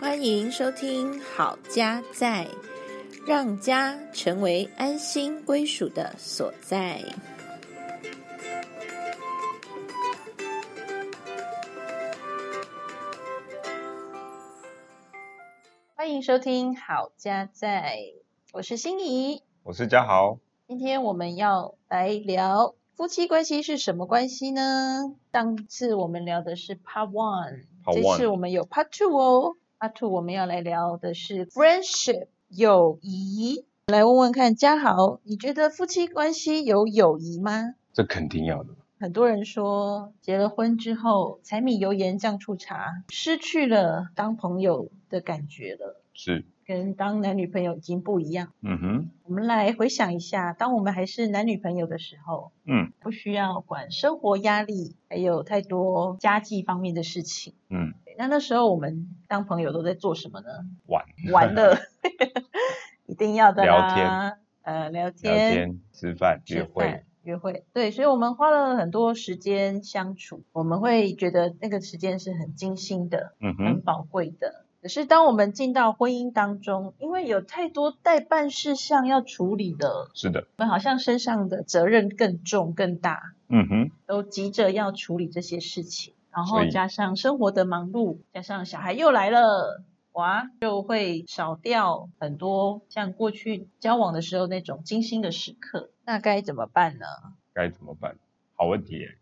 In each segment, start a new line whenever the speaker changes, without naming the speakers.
欢迎收听《好家在》，让家成为安心归属的所在。欢迎收听《好家在》，我是心怡。
我是嘉豪。
今天我们要来聊夫妻关系是什么关系呢？上次我们聊的是 Part One，
Part
这次
one
我们有 Part Two 哦。Part Two 我们要来聊的是 friendship 友谊。来问问看，嘉豪，你觉得夫妻关系有友谊吗？
这肯定要的，
很多人说，结了婚之后，柴米油盐酱醋茶，失去了当朋友的感觉了，
是，
跟当男女朋友已经不一样。
嗯哼，
我们来回想一下，当我们还是男女朋友的时候，
嗯
不需要管生活压力，还有太多家计方面的事情。
嗯，
那那时候我们当朋友都在做什么呢？
玩
玩乐， 一定要的啦。
聊天，
呃，聊
聊
天，
天、吃饭、
吃
约会
饭，，约会。对，所以我们花了很多时间相处，我们会觉得那个时间是很精心的，
嗯
很
哼，
宝贵的。可是当我们进到婚姻当中，因为有太多代办事项要处理的，
是的，
我们好像身上的责任更重更大，
嗯哼，
都急着要处理这些事情，然后
所以
加上生活的忙碌，加上小孩又来了。哇，就会少掉很多像过去交往的时候那种精心的时刻，那该怎么办呢？
该怎么办？好问题耶，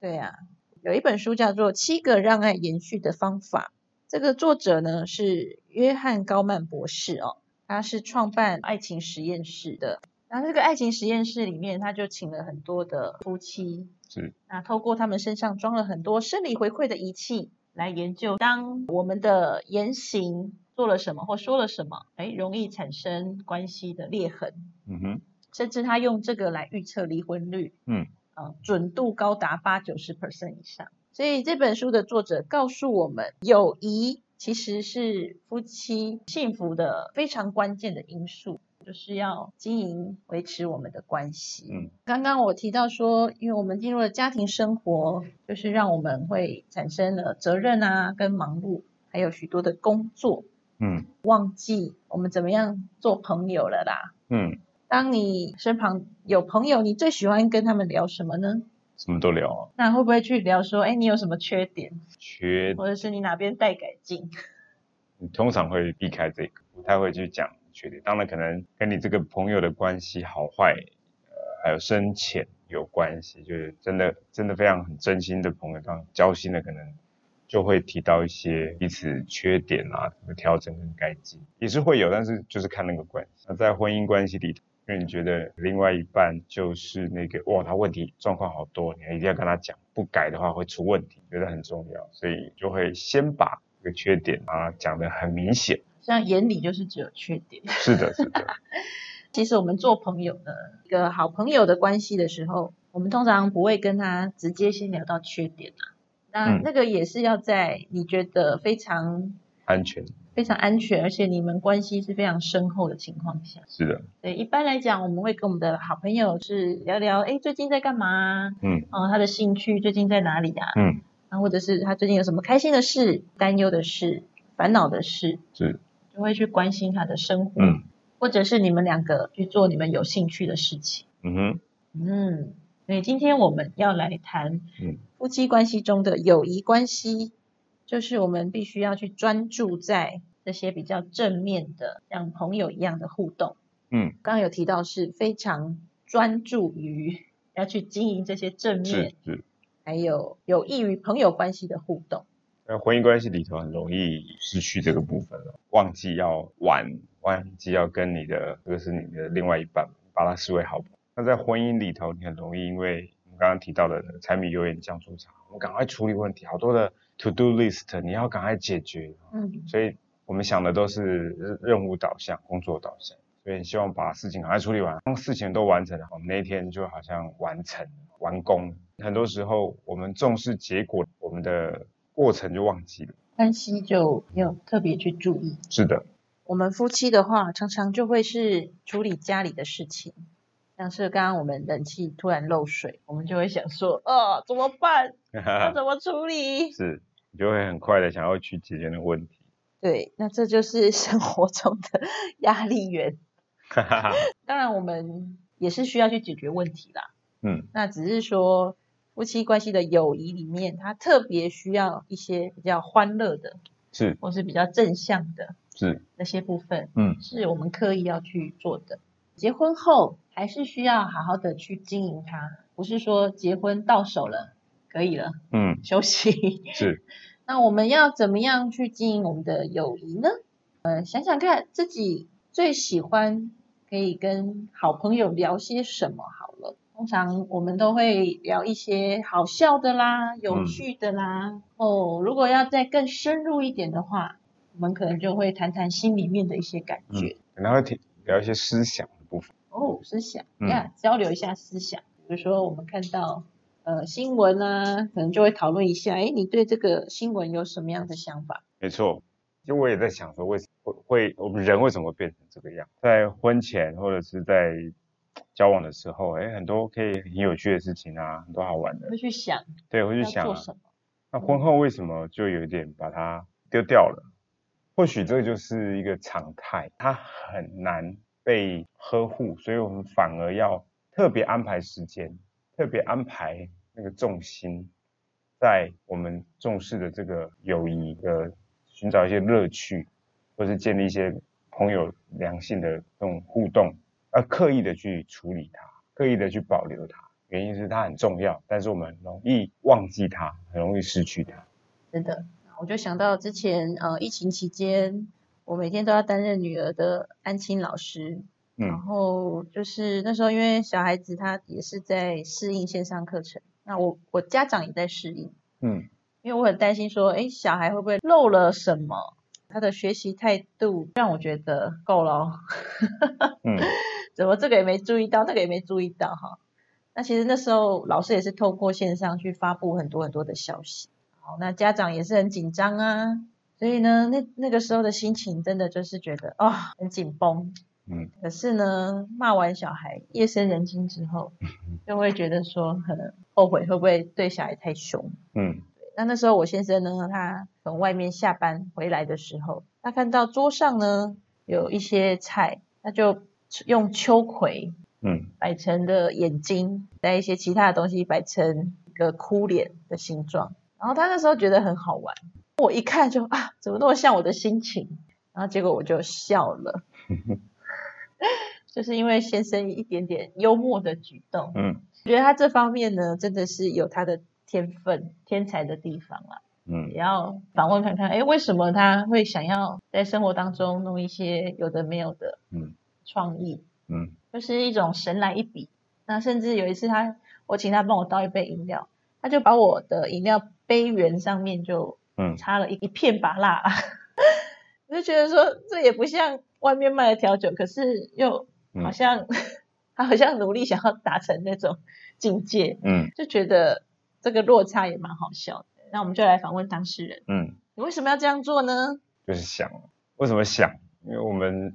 对啊，有一本书叫做《七个让爱延续的方法》，这个作者呢是约翰高曼博士哦，他是创办爱情实验室的。然后这个爱情实验室里面，他就请了很多的夫妻，
是，
那透过他们身上装了很多生理回馈的仪器来研究，当我们的言行做了什么或说了什么，哎，容易产生关系的裂痕。
嗯哼，
甚至他用这个来预测离婚率，
嗯，
呃，准度高达八九十 percent 以上。所以这本书的作者告诉我们，友谊其实是夫妻幸福的非常关键的因素，就是要经营维持我们的关系。
嗯，
刚刚我提到说，因为我们进入了家庭生活，就是让我们会产生了责任啊，跟忙碌，还有许多的工作，
嗯
忘记我们怎么样做朋友了啦。
嗯，
当你身旁有朋友，你最喜欢跟他们聊什么呢？
什么都聊啊，
那会不会去聊说，哎，你有什么缺点，
缺
或者是你哪边待改进？
你通常会避开这个，不太会去讲缺点。当然，可能跟你这个朋友的关系好坏，呃，还有深浅有关系。就是真的真的非常很真心的朋友，当然交心的可能就会提到一些彼此缺点啊，怎么调整跟改进，也是会有，但是就是看那个关系。那在婚姻关系里，因为你觉得另外一半就是那个哇，他问题状况好多，你一定要跟他讲，不改的话会出问题，觉得很重要，所以就会先把这个缺点啊讲得很明显。
像眼里就是只有缺点。
是的，是的，
其实我们做朋友呢，一个好朋友的关系的时候，我们通常不会跟他直接先聊到缺点啊。那
嗯
那个也是要在你觉得非常
安全
非常安全，而且你们关系是非常深厚的情况下。
是的，
对，一般来讲，我们会跟我们的好朋友是聊聊，哎，最近在干嘛啊？
嗯
哦，他的兴趣最近在哪里啊？
嗯，
啊，或者是他最近有什么开心的事、担忧的事、烦恼的事，
是
就会去关心他的生活，
嗯
或者是你们两个去做你们有兴趣的事情。
嗯哼
嗯，所以今天我们要来谈
嗯
夫妻关系中的友谊关系，就是我们必须要去专注在这些比较正面的，像朋友一样的互动。
嗯
刚刚有提到是非常专注于要去经营这些正面
是，是。
还有有益于朋友关系的互动。
在婚姻关系里头很容易失去这个部分了，忘记要玩，忘记要跟你的，这个是你的另外一半，把他视为好朋友。那在婚姻里头，你很容易因为我们刚刚提到的柴米油盐酱醋茶，我们赶快处理问题，好多的 to do list，你要赶快解决。
嗯，
所以我们想的都是任任务导向、工作导向，所以希望把事情赶快处理完，当事情都完成了，我们那一天就好像完成、完工。很多时候我们重视结果，我们的过程就忘记了。
关系就没有特别去注意。
是的，
我们夫妻的话，常常就会是处理家里的事情，像是刚刚我们冷气突然漏水，我们就会想说，哦，怎么 办？要怎么处理？
是，你就会很快的想要去解决那个问题。
对，那这就是生活中的 压力源。
哈哈哈，
当然，我们也是需要去解决问题啦。
嗯，
那只是说夫妻关系的友谊里面，它特别需要一些比较欢乐的，
是
或是比较正向的
是，
那些部分，
嗯
是我们刻意要去做的。结婚后还是需要好好的去经营它，不是说结婚到手了可以了
嗯
休息。
是，
那我们要怎么样去经营我们的友谊呢？呃，想想看自己最喜欢可以跟好朋友聊些什么好了。通常我们都会聊一些好笑的啦、有趣的啦。哦，如果要再更深入一点的话，我们可能就会谈谈心里面的一些感觉。
可能会提聊一些思想的部分，
哦，思想，
嗯
呀、交流一下思想。比如说，我们看到呃新闻啊，可能就会讨论一下，诶，哎你对这个新闻有什么样的想法？
没错。就我也在想说，为什么会会我们人为什么会变成这个样？在婚前或者是在交往的时候，哎，很多可以很有趣的事情啊，很多好玩的，
会去想。
对，会去
要
想
做
啊，
什么？
那婚后为什么就有点把它丢掉了？或许这就是一个常态，它很难被呵护，所以我们反而要特别安排时间，特别安排那个重心在我们重视的这个友谊的寻找一些乐趣，或是建立一些朋友良性的这种互动，而刻意的去处理它，刻意的去保留它。原因是它很重要，但是我们很容易忘记它，很容易失去它。
真的，我就想到之前呃疫情期间，我每天都要担任女儿的安亲老师，然
嗯
后就是那时候因为小孩子他也是在适应线上课程，那我我家长也在适应，
嗯，
因为我很担心说，诶，小孩会不会漏了什么？他的学习态度让我觉得够了哦，
嗯，
怎么这个也没注意到，那个也没注意到哈。那其实那时候老师也是透过线上去发布很多很多的消息，好，那家长也是很紧张啊，所以呢，那那个时候的心情真的就是觉得啊、很紧绷，
嗯，
可是呢，骂完小孩夜深人静之后，就会觉得说很后悔会不会对小孩太凶，
嗯，
那那时候我先生呢，他从外面下班回来的时候，他看到桌上呢有一些菜，他就用秋葵
嗯，
摆成的眼睛，带一些其他的东西摆成一个哭脸的形状。然后他那时候觉得很好玩，我一看就啊，怎么那么像我的心情？然后结果我就笑 了，就是因为先生一点点幽默的举动，
嗯，
我觉得他这方面呢，真的是有他的天分、天才的地方啦。
嗯，
也要访问看看，哎，为什么他会想要在生活当中弄一些有的没有的
嗯
创意？
嗯，
就是一种神来一笔。那甚至有一次他，我请他帮我倒一杯饮料，他就把我的饮料杯缘上面就
嗯，
插了一一片拔蜡， 我就觉得说这也不像外面卖的调酒，可是又好像、
嗯
他好像努力想要达成那种境界，
嗯，
就觉得这个落差也蛮好笑的。那我们就来访问当事人，
嗯，
你为什么要这样做呢？
就是想，为什么想？因为我们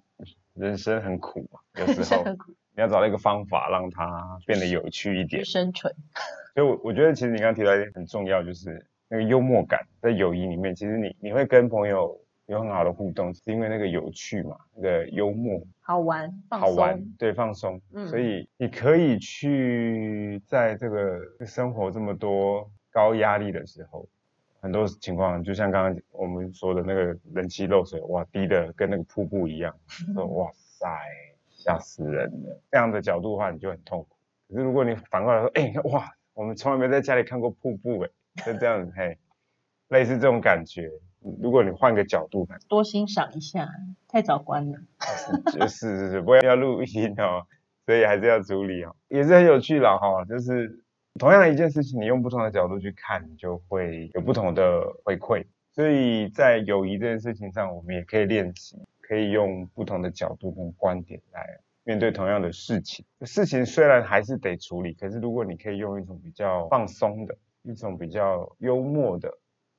人生很苦嘛，有时 候
很苦
你要找到一个方法让它变得有趣一点
去。生存，
所以我，我觉得其实你刚刚提到一点很重要，就是那个幽默感在友谊里面，其实你你会跟朋友有很好的互动，是因为那个有趣嘛，那个幽默
好玩，放
好
松，
玩，对，放松。
嗯
所以你可以去在这个生活这么多高压力的时候，很多情况就像刚刚我们说的那个人气漏水，哇，低的跟那个瀑布一样， 说哇塞，吓死人了。这样的角度的话，你就很痛苦。可是如果你反过来说，哎、你看哇，我们从来没在家里看过瀑布、诶，哎，就这样，嘿，类似这种感觉。如果你换个角度看，
多欣赏一下，太早关了。
是是是，不要要录音哦，所以还是要处理哦，也是很有趣啦哈、就是同样一件事情，你用不同的角度去看，你就会有不同的回馈。所以在友谊这件事情上，我们也可以练习，可以用不同的角度跟观点来面对同样的事情。事情虽然还是得处理，可是如果你可以用一种比较放松的、一种比较幽默的、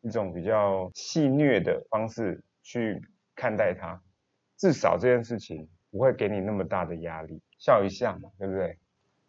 一种比较戏谑的方式去看待它，至少这件事情不会给你那么大的压力，笑一下嘛，对不对？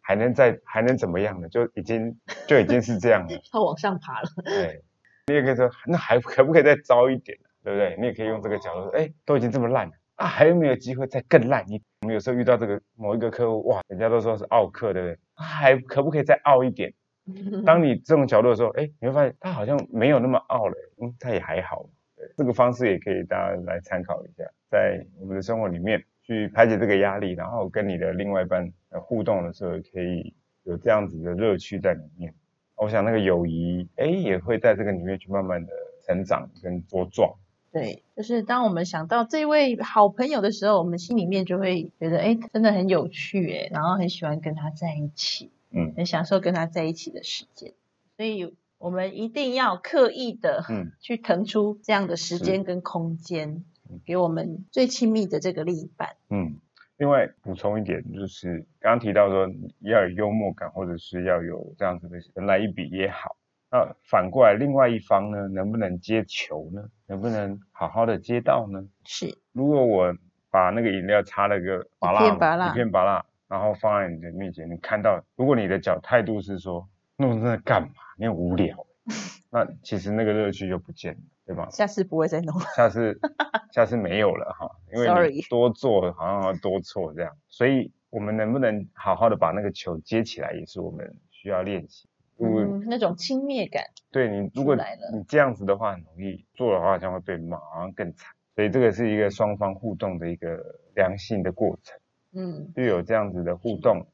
还能再还能怎么样呢？就已经就已经是这样了，哎
它往上爬了。
对。你也可以说，那还可不可以再糟一点？对不对？你也可以用这个角度说，哎，都已经这么烂了啊，还有没有机会再更烂一？我们有时候遇到这个某一个客户，哇，人家都说是傲客，对不对？啊还可不可以再傲一点？
嗯
当你这种角度的时候，哎，你会发现他好像没有那么傲了，嗯，他也还好。对，这个方式也可以大家来参考一下，在我们的生活里面去排解这个压力，然后跟你的另外一半呃互动的时候，可以有这样子的乐趣在里面。我想那个友谊，哎，也会在这个里面去慢慢的成长跟茁壮。
对，就是当我们想到这位好朋友的时候，我们心里面就会觉得，哎，真的很有趣，哎，然后很喜欢跟他在一起，
嗯
很享受跟他在一起的时间。所以，我们一定要刻意的
嗯，
去腾出这样的时间跟空间
嗯，
给我们最亲密的这个另一半。
嗯，另外补充一点，就是刚刚提到说要有幽默感，或者是要有这样子的人来一笔也好。那反过来，另外一方呢，能不能接球呢？能不能好好的接到呢？
是，
如果我把那个饮料插了个拔蜡
片
嘛
芭乐
一片拔蜡，然后放在你的面前，你看到，如果你的角态度是说弄那干嘛，你很无聊，欸那其实那个乐趣就不见了，对吧？
下次不会再弄了。
下次下次没有了哈，因为
Sorry
你多做好像要多错这样，所以我们能不能好好的把那个球接起来，也是我们需要练习。如果、
嗯，那种亲密感。
对你如果
出来了
你这样子的话，很容易做的话，好像会被骂，好像更惨。所以这个是一个双方互动的一个良性的过程，
嗯，
就有这样子的互动，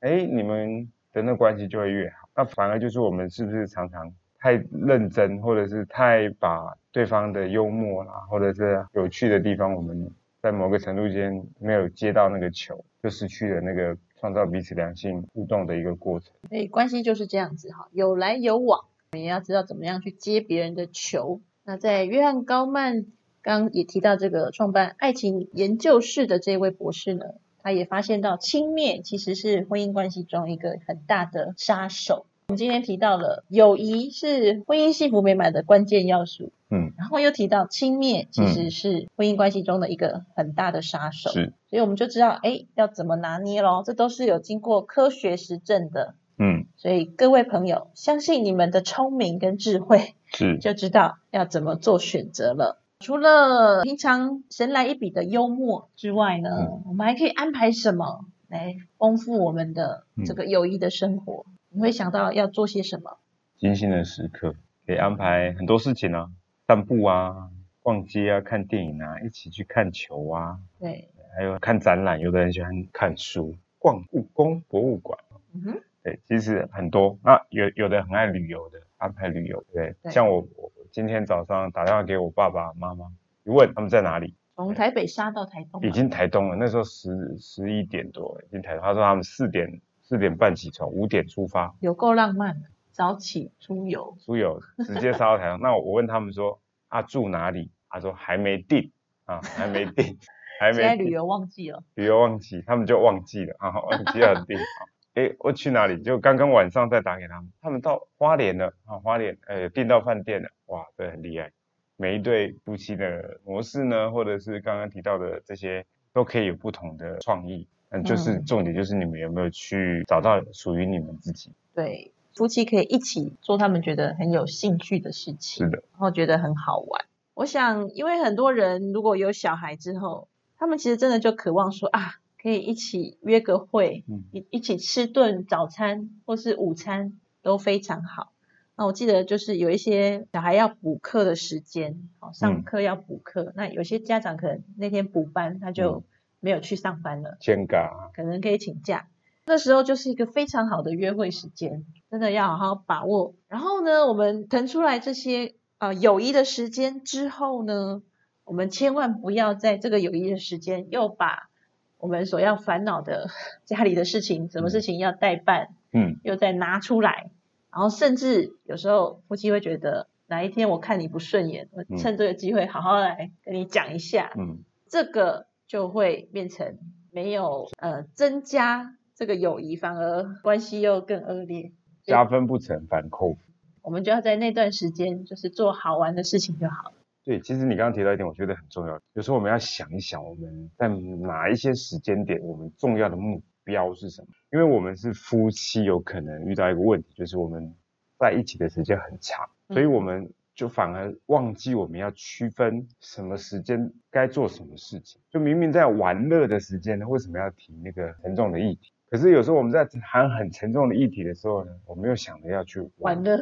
哎，你们的那关系就会越好。那反而就是我们是不是常常太认真，或者是太把对方的幽默啦，或者是有趣的地方，我们在某个程度间没有接到那个球，就失去了那个创造彼此良性互动的一个过程。
所以哎关系就是这样子哈，有来有往，你要知道怎么样去接别人的球。那在约翰高曼刚也提到这个创办爱情研究室的这位博士呢，他也发现到轻蔑其实是婚姻关系中一个很大的杀手。我们今天提到了友谊是婚姻幸福美满的关键要素，
嗯，
然后又提到轻蔑其实是婚姻关系中的一个很大的杀手，
是，
所以我们就知道哎要怎么拿捏咯，这都是有经过科学实证的。
嗯，
所以各位朋友，相信你们的聪明跟智慧，
是，
就知道要怎么做选择了。除了平常神来一笔的幽默之外呢，
嗯
我们还可以安排什么来丰富我们的
嗯
这个友谊的生活？你会想到要做些什么？
精心的时刻，可以安排很多事情啊，散步啊，逛街啊，看电影啊，一起去看球啊，
对，
还有看展览，有的人喜欢看书，逛故宫博物馆，
嗯哼，
对，其实很多。那有有的很爱旅游的，安排旅游，对，
对
像我我今天早上打电话给我爸爸妈妈，一问他们在哪里，
从台北杀到台东嘛，
已经台东了，那时候十十一点多，已经台东，他说他们四点四点半起床，五点出发，
有够浪漫的，早起出游，
书友直接杀到台 上。那我问他们说啊住哪里？他说还没定啊，还没定，还
现在
没
旅
定
游旺季了，
旅游忘记，他们就忘记了啊，忘记要定。 诶，我去哪里？就刚刚晚上再打给他们，他们到花莲了啊，花莲，呃，订到饭店了，哇，这很厉害。每一对夫妻的模式呢，或者是刚刚提到的这些，都可以有不同的创意。嗯，就是
嗯
重点就是你们有没有去找到属于你们自己？
对，夫妻可以一起做他们觉得很有兴趣的事情。
是的，
然后觉得很好玩。我想，因为很多人如果有小孩之后，他们其实真的就渴望说啊，可以一起约个会，
嗯
一一起吃顿早餐或是午餐都非常好。那我记得就是有一些小孩要补课的时间，哦，上
嗯
课要补课，那有些家长可能那天补班，他就
嗯
没有去上班了。
肩嘎，
可能可以请假。那时候就是一个非常好的约会时间，真的要好好把握。然后呢，我们腾出来这些呃友谊的时间之后呢，我们千万不要在这个友谊的时间又把我们所要烦恼的家里的事情，什么事情要代办，
嗯，
又再拿出来。然后甚至有时候夫妻会觉得哪一天我看你不顺眼，我
嗯
趁这个机会好好来跟你讲一下，
嗯，
这个就会变成没有呃增加这个友谊，反而关系又更恶劣。
加分不成反扣分。
我们就要在那段时间就是做好玩的事情就好了。
对，其实你刚刚提到一点，我觉得很重要。有时候我们要想一想，我们在哪一些时间点，我们重要的目标是什么？因为我们是
嗯
夫妻，有可能遇到一个问题，就是我们在一起的时间很长，所以我们就反而忘记我们要区分什么时间该做什么事情。就明明在玩乐的时间呢，为什么要提那个沉重的议题？可是有时候我们在谈很沉重的议题的时候呢，我们又想着要去
玩乐、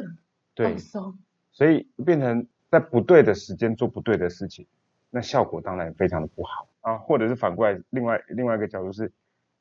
对
放，松，
所以变成在不对的时间做不对的事情，那效果当然非常的不好啊。或者是反过来，另外另外一个角度是，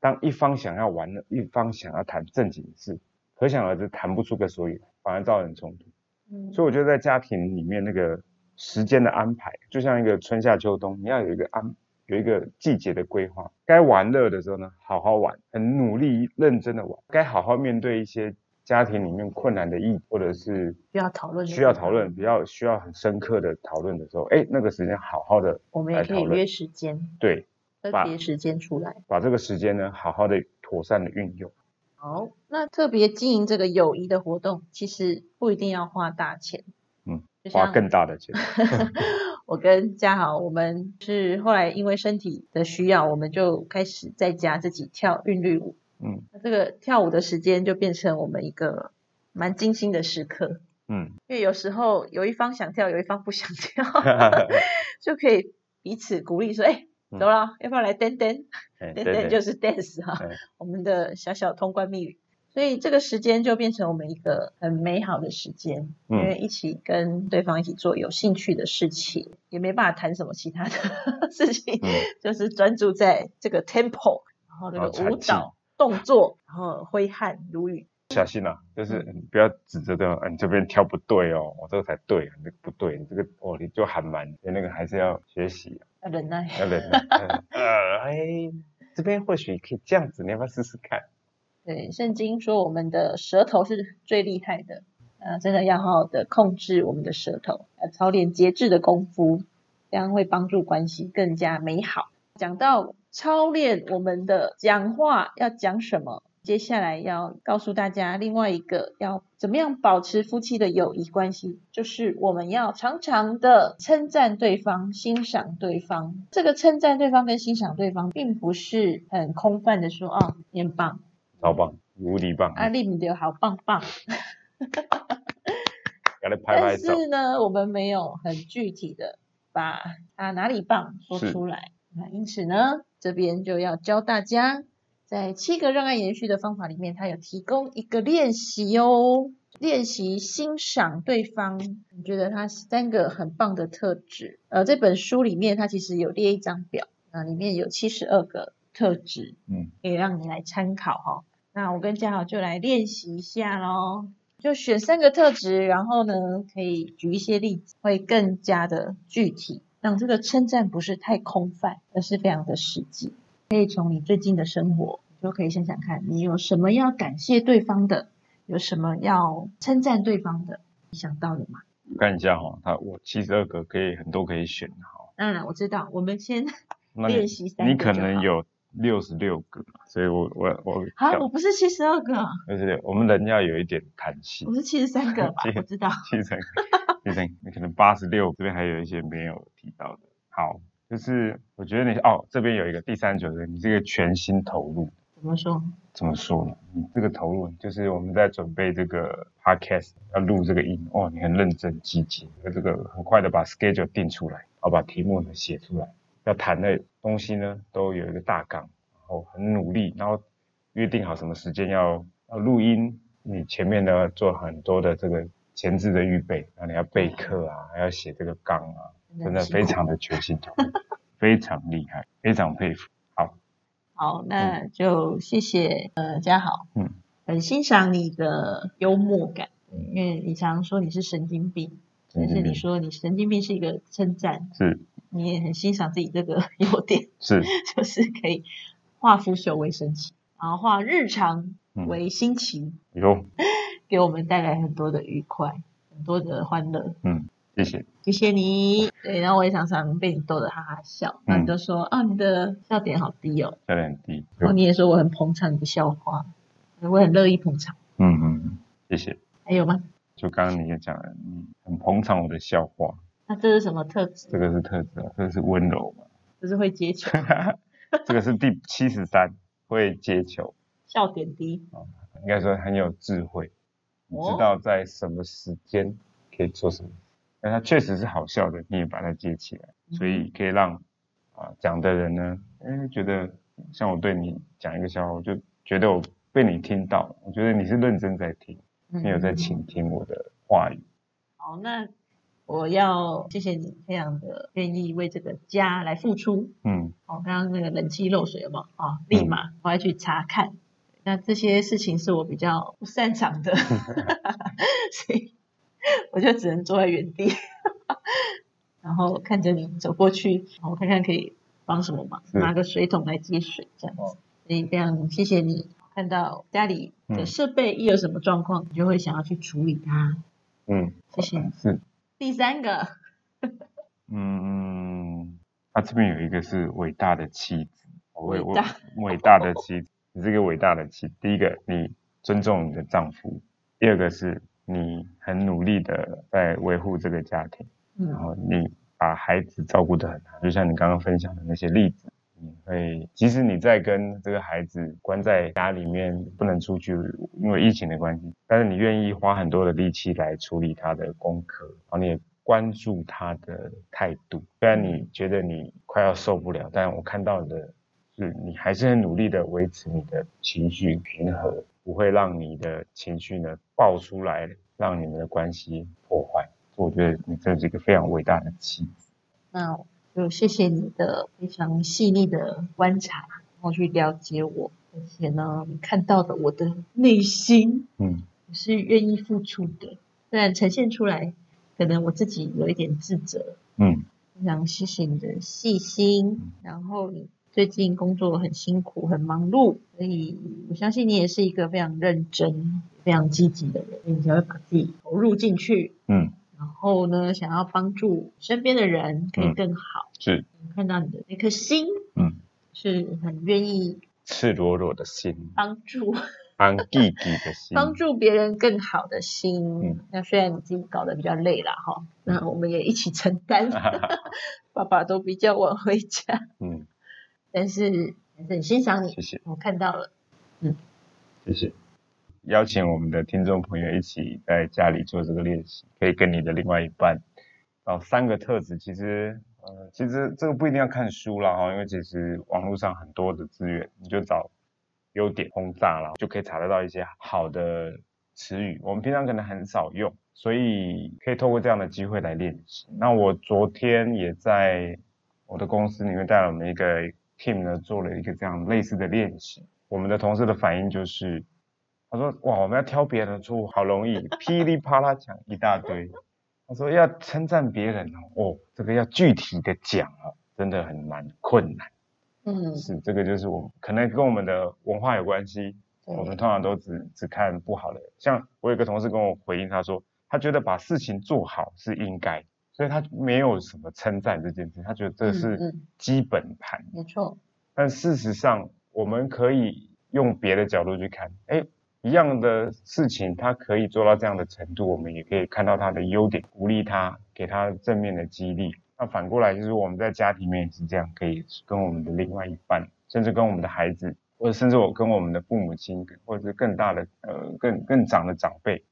当一方想要玩乐，一方想要谈正经事，可想而知谈不出个所以来，反而造成冲突。
嗯，
所以我觉得在家庭里面那个时间的安排，就像一个春夏秋冬，你要有一个安有一个季节的规划。该玩乐的时候呢，好好玩，很努力认真的玩；该好好面对一些家庭里面困难的议题，或者是
需要讨论的
需要讨论、比较需要很深刻的讨论的时候，哎，那个时间好好的
我们
来
也可以
讨论
约时间，
对，
分
把
别时间出来。
把这个时间呢好好的妥善的运用。
好，那特别经营这个友谊的活动，其实不一定要花大钱，
嗯，
就
花
像
更大的钱，
我跟嘉豪，我们是后来因为身体的需要，我们就开始在家自己跳韵律舞。
嗯
那这个跳舞的时间就变成我们一个蛮精心的时刻，
嗯，
因为有时候有一方想跳，有一方不想跳，就可以彼此鼓励说：“哎、
嗯
走了，要不要来 d a n d a n
哎
d a n
对
d a
对
n 就是 dance 哈、
对
我们的小小通关密语。所以这个时间就变成我们一个很美好的时间，
嗯
因为一起跟对方一起做有兴趣的事情，也没办法谈什么其他的 事情，
嗯
就是专注在这个 tempo，然后这
然后
个
产
舞蹈动作，然后挥汗如雨。
小心啊，就是
嗯
你不要指责对方，啊你这边挑不对哦，我这个才对啊，你这个不对，你这个哦，你就喊蛮，所以那个还是要学习、啊，
要忍耐，
要 忍耐。呃，哎，这边或许可以这样子，你要不要试试看？
对，圣经说我们的舌头是最厉害的，啊，真的要好好的控制我们的舌头，要操练节制的功夫，这样会帮助关系更加美好。讲到操练我们的讲话要讲什么，接下来要告诉大家另外一个要怎么样保持夫妻的友谊关系，就是我们要常常的称赞对方、欣赏对方。这个称赞对方跟欣赏对方，并不是很空泛的说哦，你很棒。
超棒，无敌棒，
啊，你们就好棒棒。
给他拍拍
但
手。
是呢，我们没有很具体的把啊哪里棒说
是
出来。那因此呢，这边就要教大家，在七个让爱延续的方法里面，它有提供一个练习哦，练习欣赏对方。你觉得他三个很棒的特质？呃，这本书里面它其实有列一张表，啊，里面有七十二个特质，
嗯，
可以让你来参考哈、哦。那我跟嘉豪就来练习一下喽，就选三个特质，然后呢，可以举一些例子，会更加的具体，让这个称赞不是太空泛，而是非常的实际。可以从你最近的生活，就可以想想看，你有什么要感谢对方的，有什么要称赞对方的，你想到了吗？
我看一下哈、他我七十二个可以很多可以选哈、
当然，我知道，我们先
那
练
你
习三个
你可
就好
能有六十六个，所以我我我
好，我不是七十二个，啊
六十六，我们人要有一点弹性，
我。是七十三个吧
七
我知道。
七成，七成，你可能八十六这 边还有一些没有提到的。好，就是我觉得你哦，这边有一个第三九个，你这个全心投入，
怎么说？
怎么说呢？你这个投入就是我们在准备这个 podcast 要录这个音哦，你很认真积极，这个很快的把 schedule 定出来，然后把题目呢写出来，要谈的东西呢都有一个大纲，然后很努力，然后约定好什么时间要要录音，你前面呢做很多的这个前置的预备，然后你要备课啊，还要写这个纲啊，真的
很辛苦
非常的全心投入，非常厉害，非常佩服。
好，那就谢谢呃嘉豪，
嗯，
很欣赏你的幽默感，因为你常说你是嗯神经病，但是你说你神经病是一个称赞，
是
你也很欣赏自己这个 优点，
是，
就是可以化腐朽为神奇，然后化日常
嗯
为新奇，
有，
给我们带来很多的愉快，很多的欢乐。
谢谢。
谢谢你。对，然后我也常常被你逗得哈哈笑，然后你就说、啊，你的笑点好低哦，
笑点很低。
然后你也说我很捧场你的笑话，我很乐意捧场。
嗯嗯，谢谢。
还有吗？
就刚刚你也讲了，你很捧场我的笑话，
那这是什么特质？
这个是特质啊，这个是温柔嘛。
就是会接 球，
这个是第七十三，会接球，
笑点低。嗯
应该说很有智慧，你
哦
知道在什么时间可以做什么。那它确实是好笑的，你也把它接起来，
嗯
所以可以让啊、讲的人呢，哎，觉得像我对你讲一个笑话，我就觉得我被你听到了，我觉得你是认真在听，
嗯
你有在倾听我的话语。
好，那我要谢谢你，非常的愿意为这个家来付出。
嗯，
哦，刚刚那个冷气漏水有没有？啊、立马我要去查看。那这些事情是我比较不擅长的，所以我就只能坐在原地， 然后看着你走过去，然后看看可以帮什么忙，
是
拿个水桶来接水这样子。所以非常谢谢你，看到家里的
嗯
设备一有什么状况，你就会想要去处理它。
嗯，
谢谢你。
是，
第三个，
嗯，他、这边有一个是伟大的妻子，我
伟
我
大
伟大的妻子，你是一个伟大的妻。第一个，你尊重你的丈夫；第二个是你很努力的在维护这个家庭，然
嗯
后你把孩子照顾得很好，就像你刚刚分享的那些例子。你会，即使你在跟这个孩子关在家里面不能出去，因为疫情的关系，但是你愿意花很多的力气来处理他的功课，然后你也关注他的态度。虽然你觉得你快要受不了，但我看到的是你还是很努力的维持你的情绪平和，不会让你的情绪呢爆出来，让你们的关系破坏。我觉得你这是一个非常伟大的妻子。
那我就谢谢你的非常细腻的观察，然后去了解我，而且呢，你看到的我的内心，
嗯
你是愿意付出的，虽然呈现出来，可能我自己有一点自责。
嗯
非常谢谢你的细心
嗯，
然后你最近工作很辛苦，很忙碌，所以我相信你也是一个非常认真、非常积极的人，你才会把自己投入进去，
嗯，
然后呢，想要帮助身边的人可以
嗯
更好。
是
看到你的那颗心
嗯
是很愿意
赤裸裸的心，
帮助、
嗯安弟弟的心，
帮助别人更好的心。
嗯
那虽然你自己搞得比较累啦，哈，那我们也一起承 担。爸爸都比较晚回家，
嗯，
但是还是很欣赏你
谢，谢。
我看到了。
谢谢。邀请我们的听众朋友一起在家里做这个练习，可以跟你的另外一半。哦，三个特质其实，呃，其实这个不一定要看书啦哦哈，因为其实网络上很多的资源，你就找优点轰炸啦，就可以查得到一些好的词语，我们平常可能很少用，所以可以透过这样的机会来练习。那我昨天也在我的公司里面带了我们一个 team 呢，做了一个这样类似的练习。我们的同事的反应就是，他说：“哇，我们要挑别人的错误好容易，噼里啪啦讲一大堆。”他说要称赞别人哦，哦，这个要具体的讲啊，真的很蛮困难。
嗯，
是，这个就是我们可能跟我们的文化有关系，我们
对，
通常都只只看不好的。像我有个同事跟我回应，他说他觉得把事情做好是应该，所以他没有什么称赞这件事，他觉得这
嗯
是
嗯
基本盘。
没错，
但事实上，我们可以用别的角度去看，哎，一样的事情，他可以做到这样的程度，我们也可以看到他的优点，鼓励他，给他正面的激励。那反过来就是我们在家里面也是这样，可以跟我们的另外一半，甚至跟我们的孩子，或者甚至我跟我们的父母亲，或者是更大的呃更更长的长辈，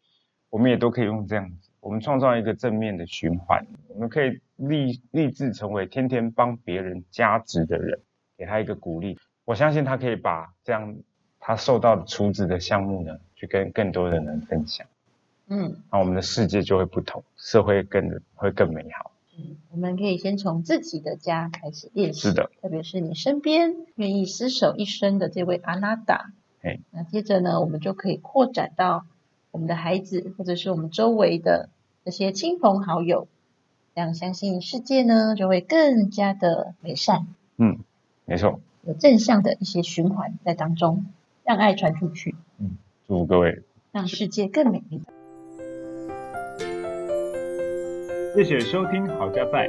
我们也都可以用这样子，我们创造一个正面的循环，我们可以立立志成为天天帮别人加值的人。给他一个鼓励。我相信他可以把这样他受到的处置的项目呢，去跟更多的人分享，
嗯
那我们的世界就会不同，社会更会更美好。
嗯，我们可以先从自己的家开始练习。
是的，
特别是你身边愿意厮守一生的这位阿纳达
嘿。
那接着呢，我们就可以扩展到我们的孩子，或者是我们周围的这些亲朋好友，这样相信世界呢就会更加的美善，
没错，
有正向的一些循环在当中，让爱传出去，
祝福各位
让世界更美丽。
谢谢收听好家在。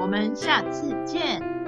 我们下次见。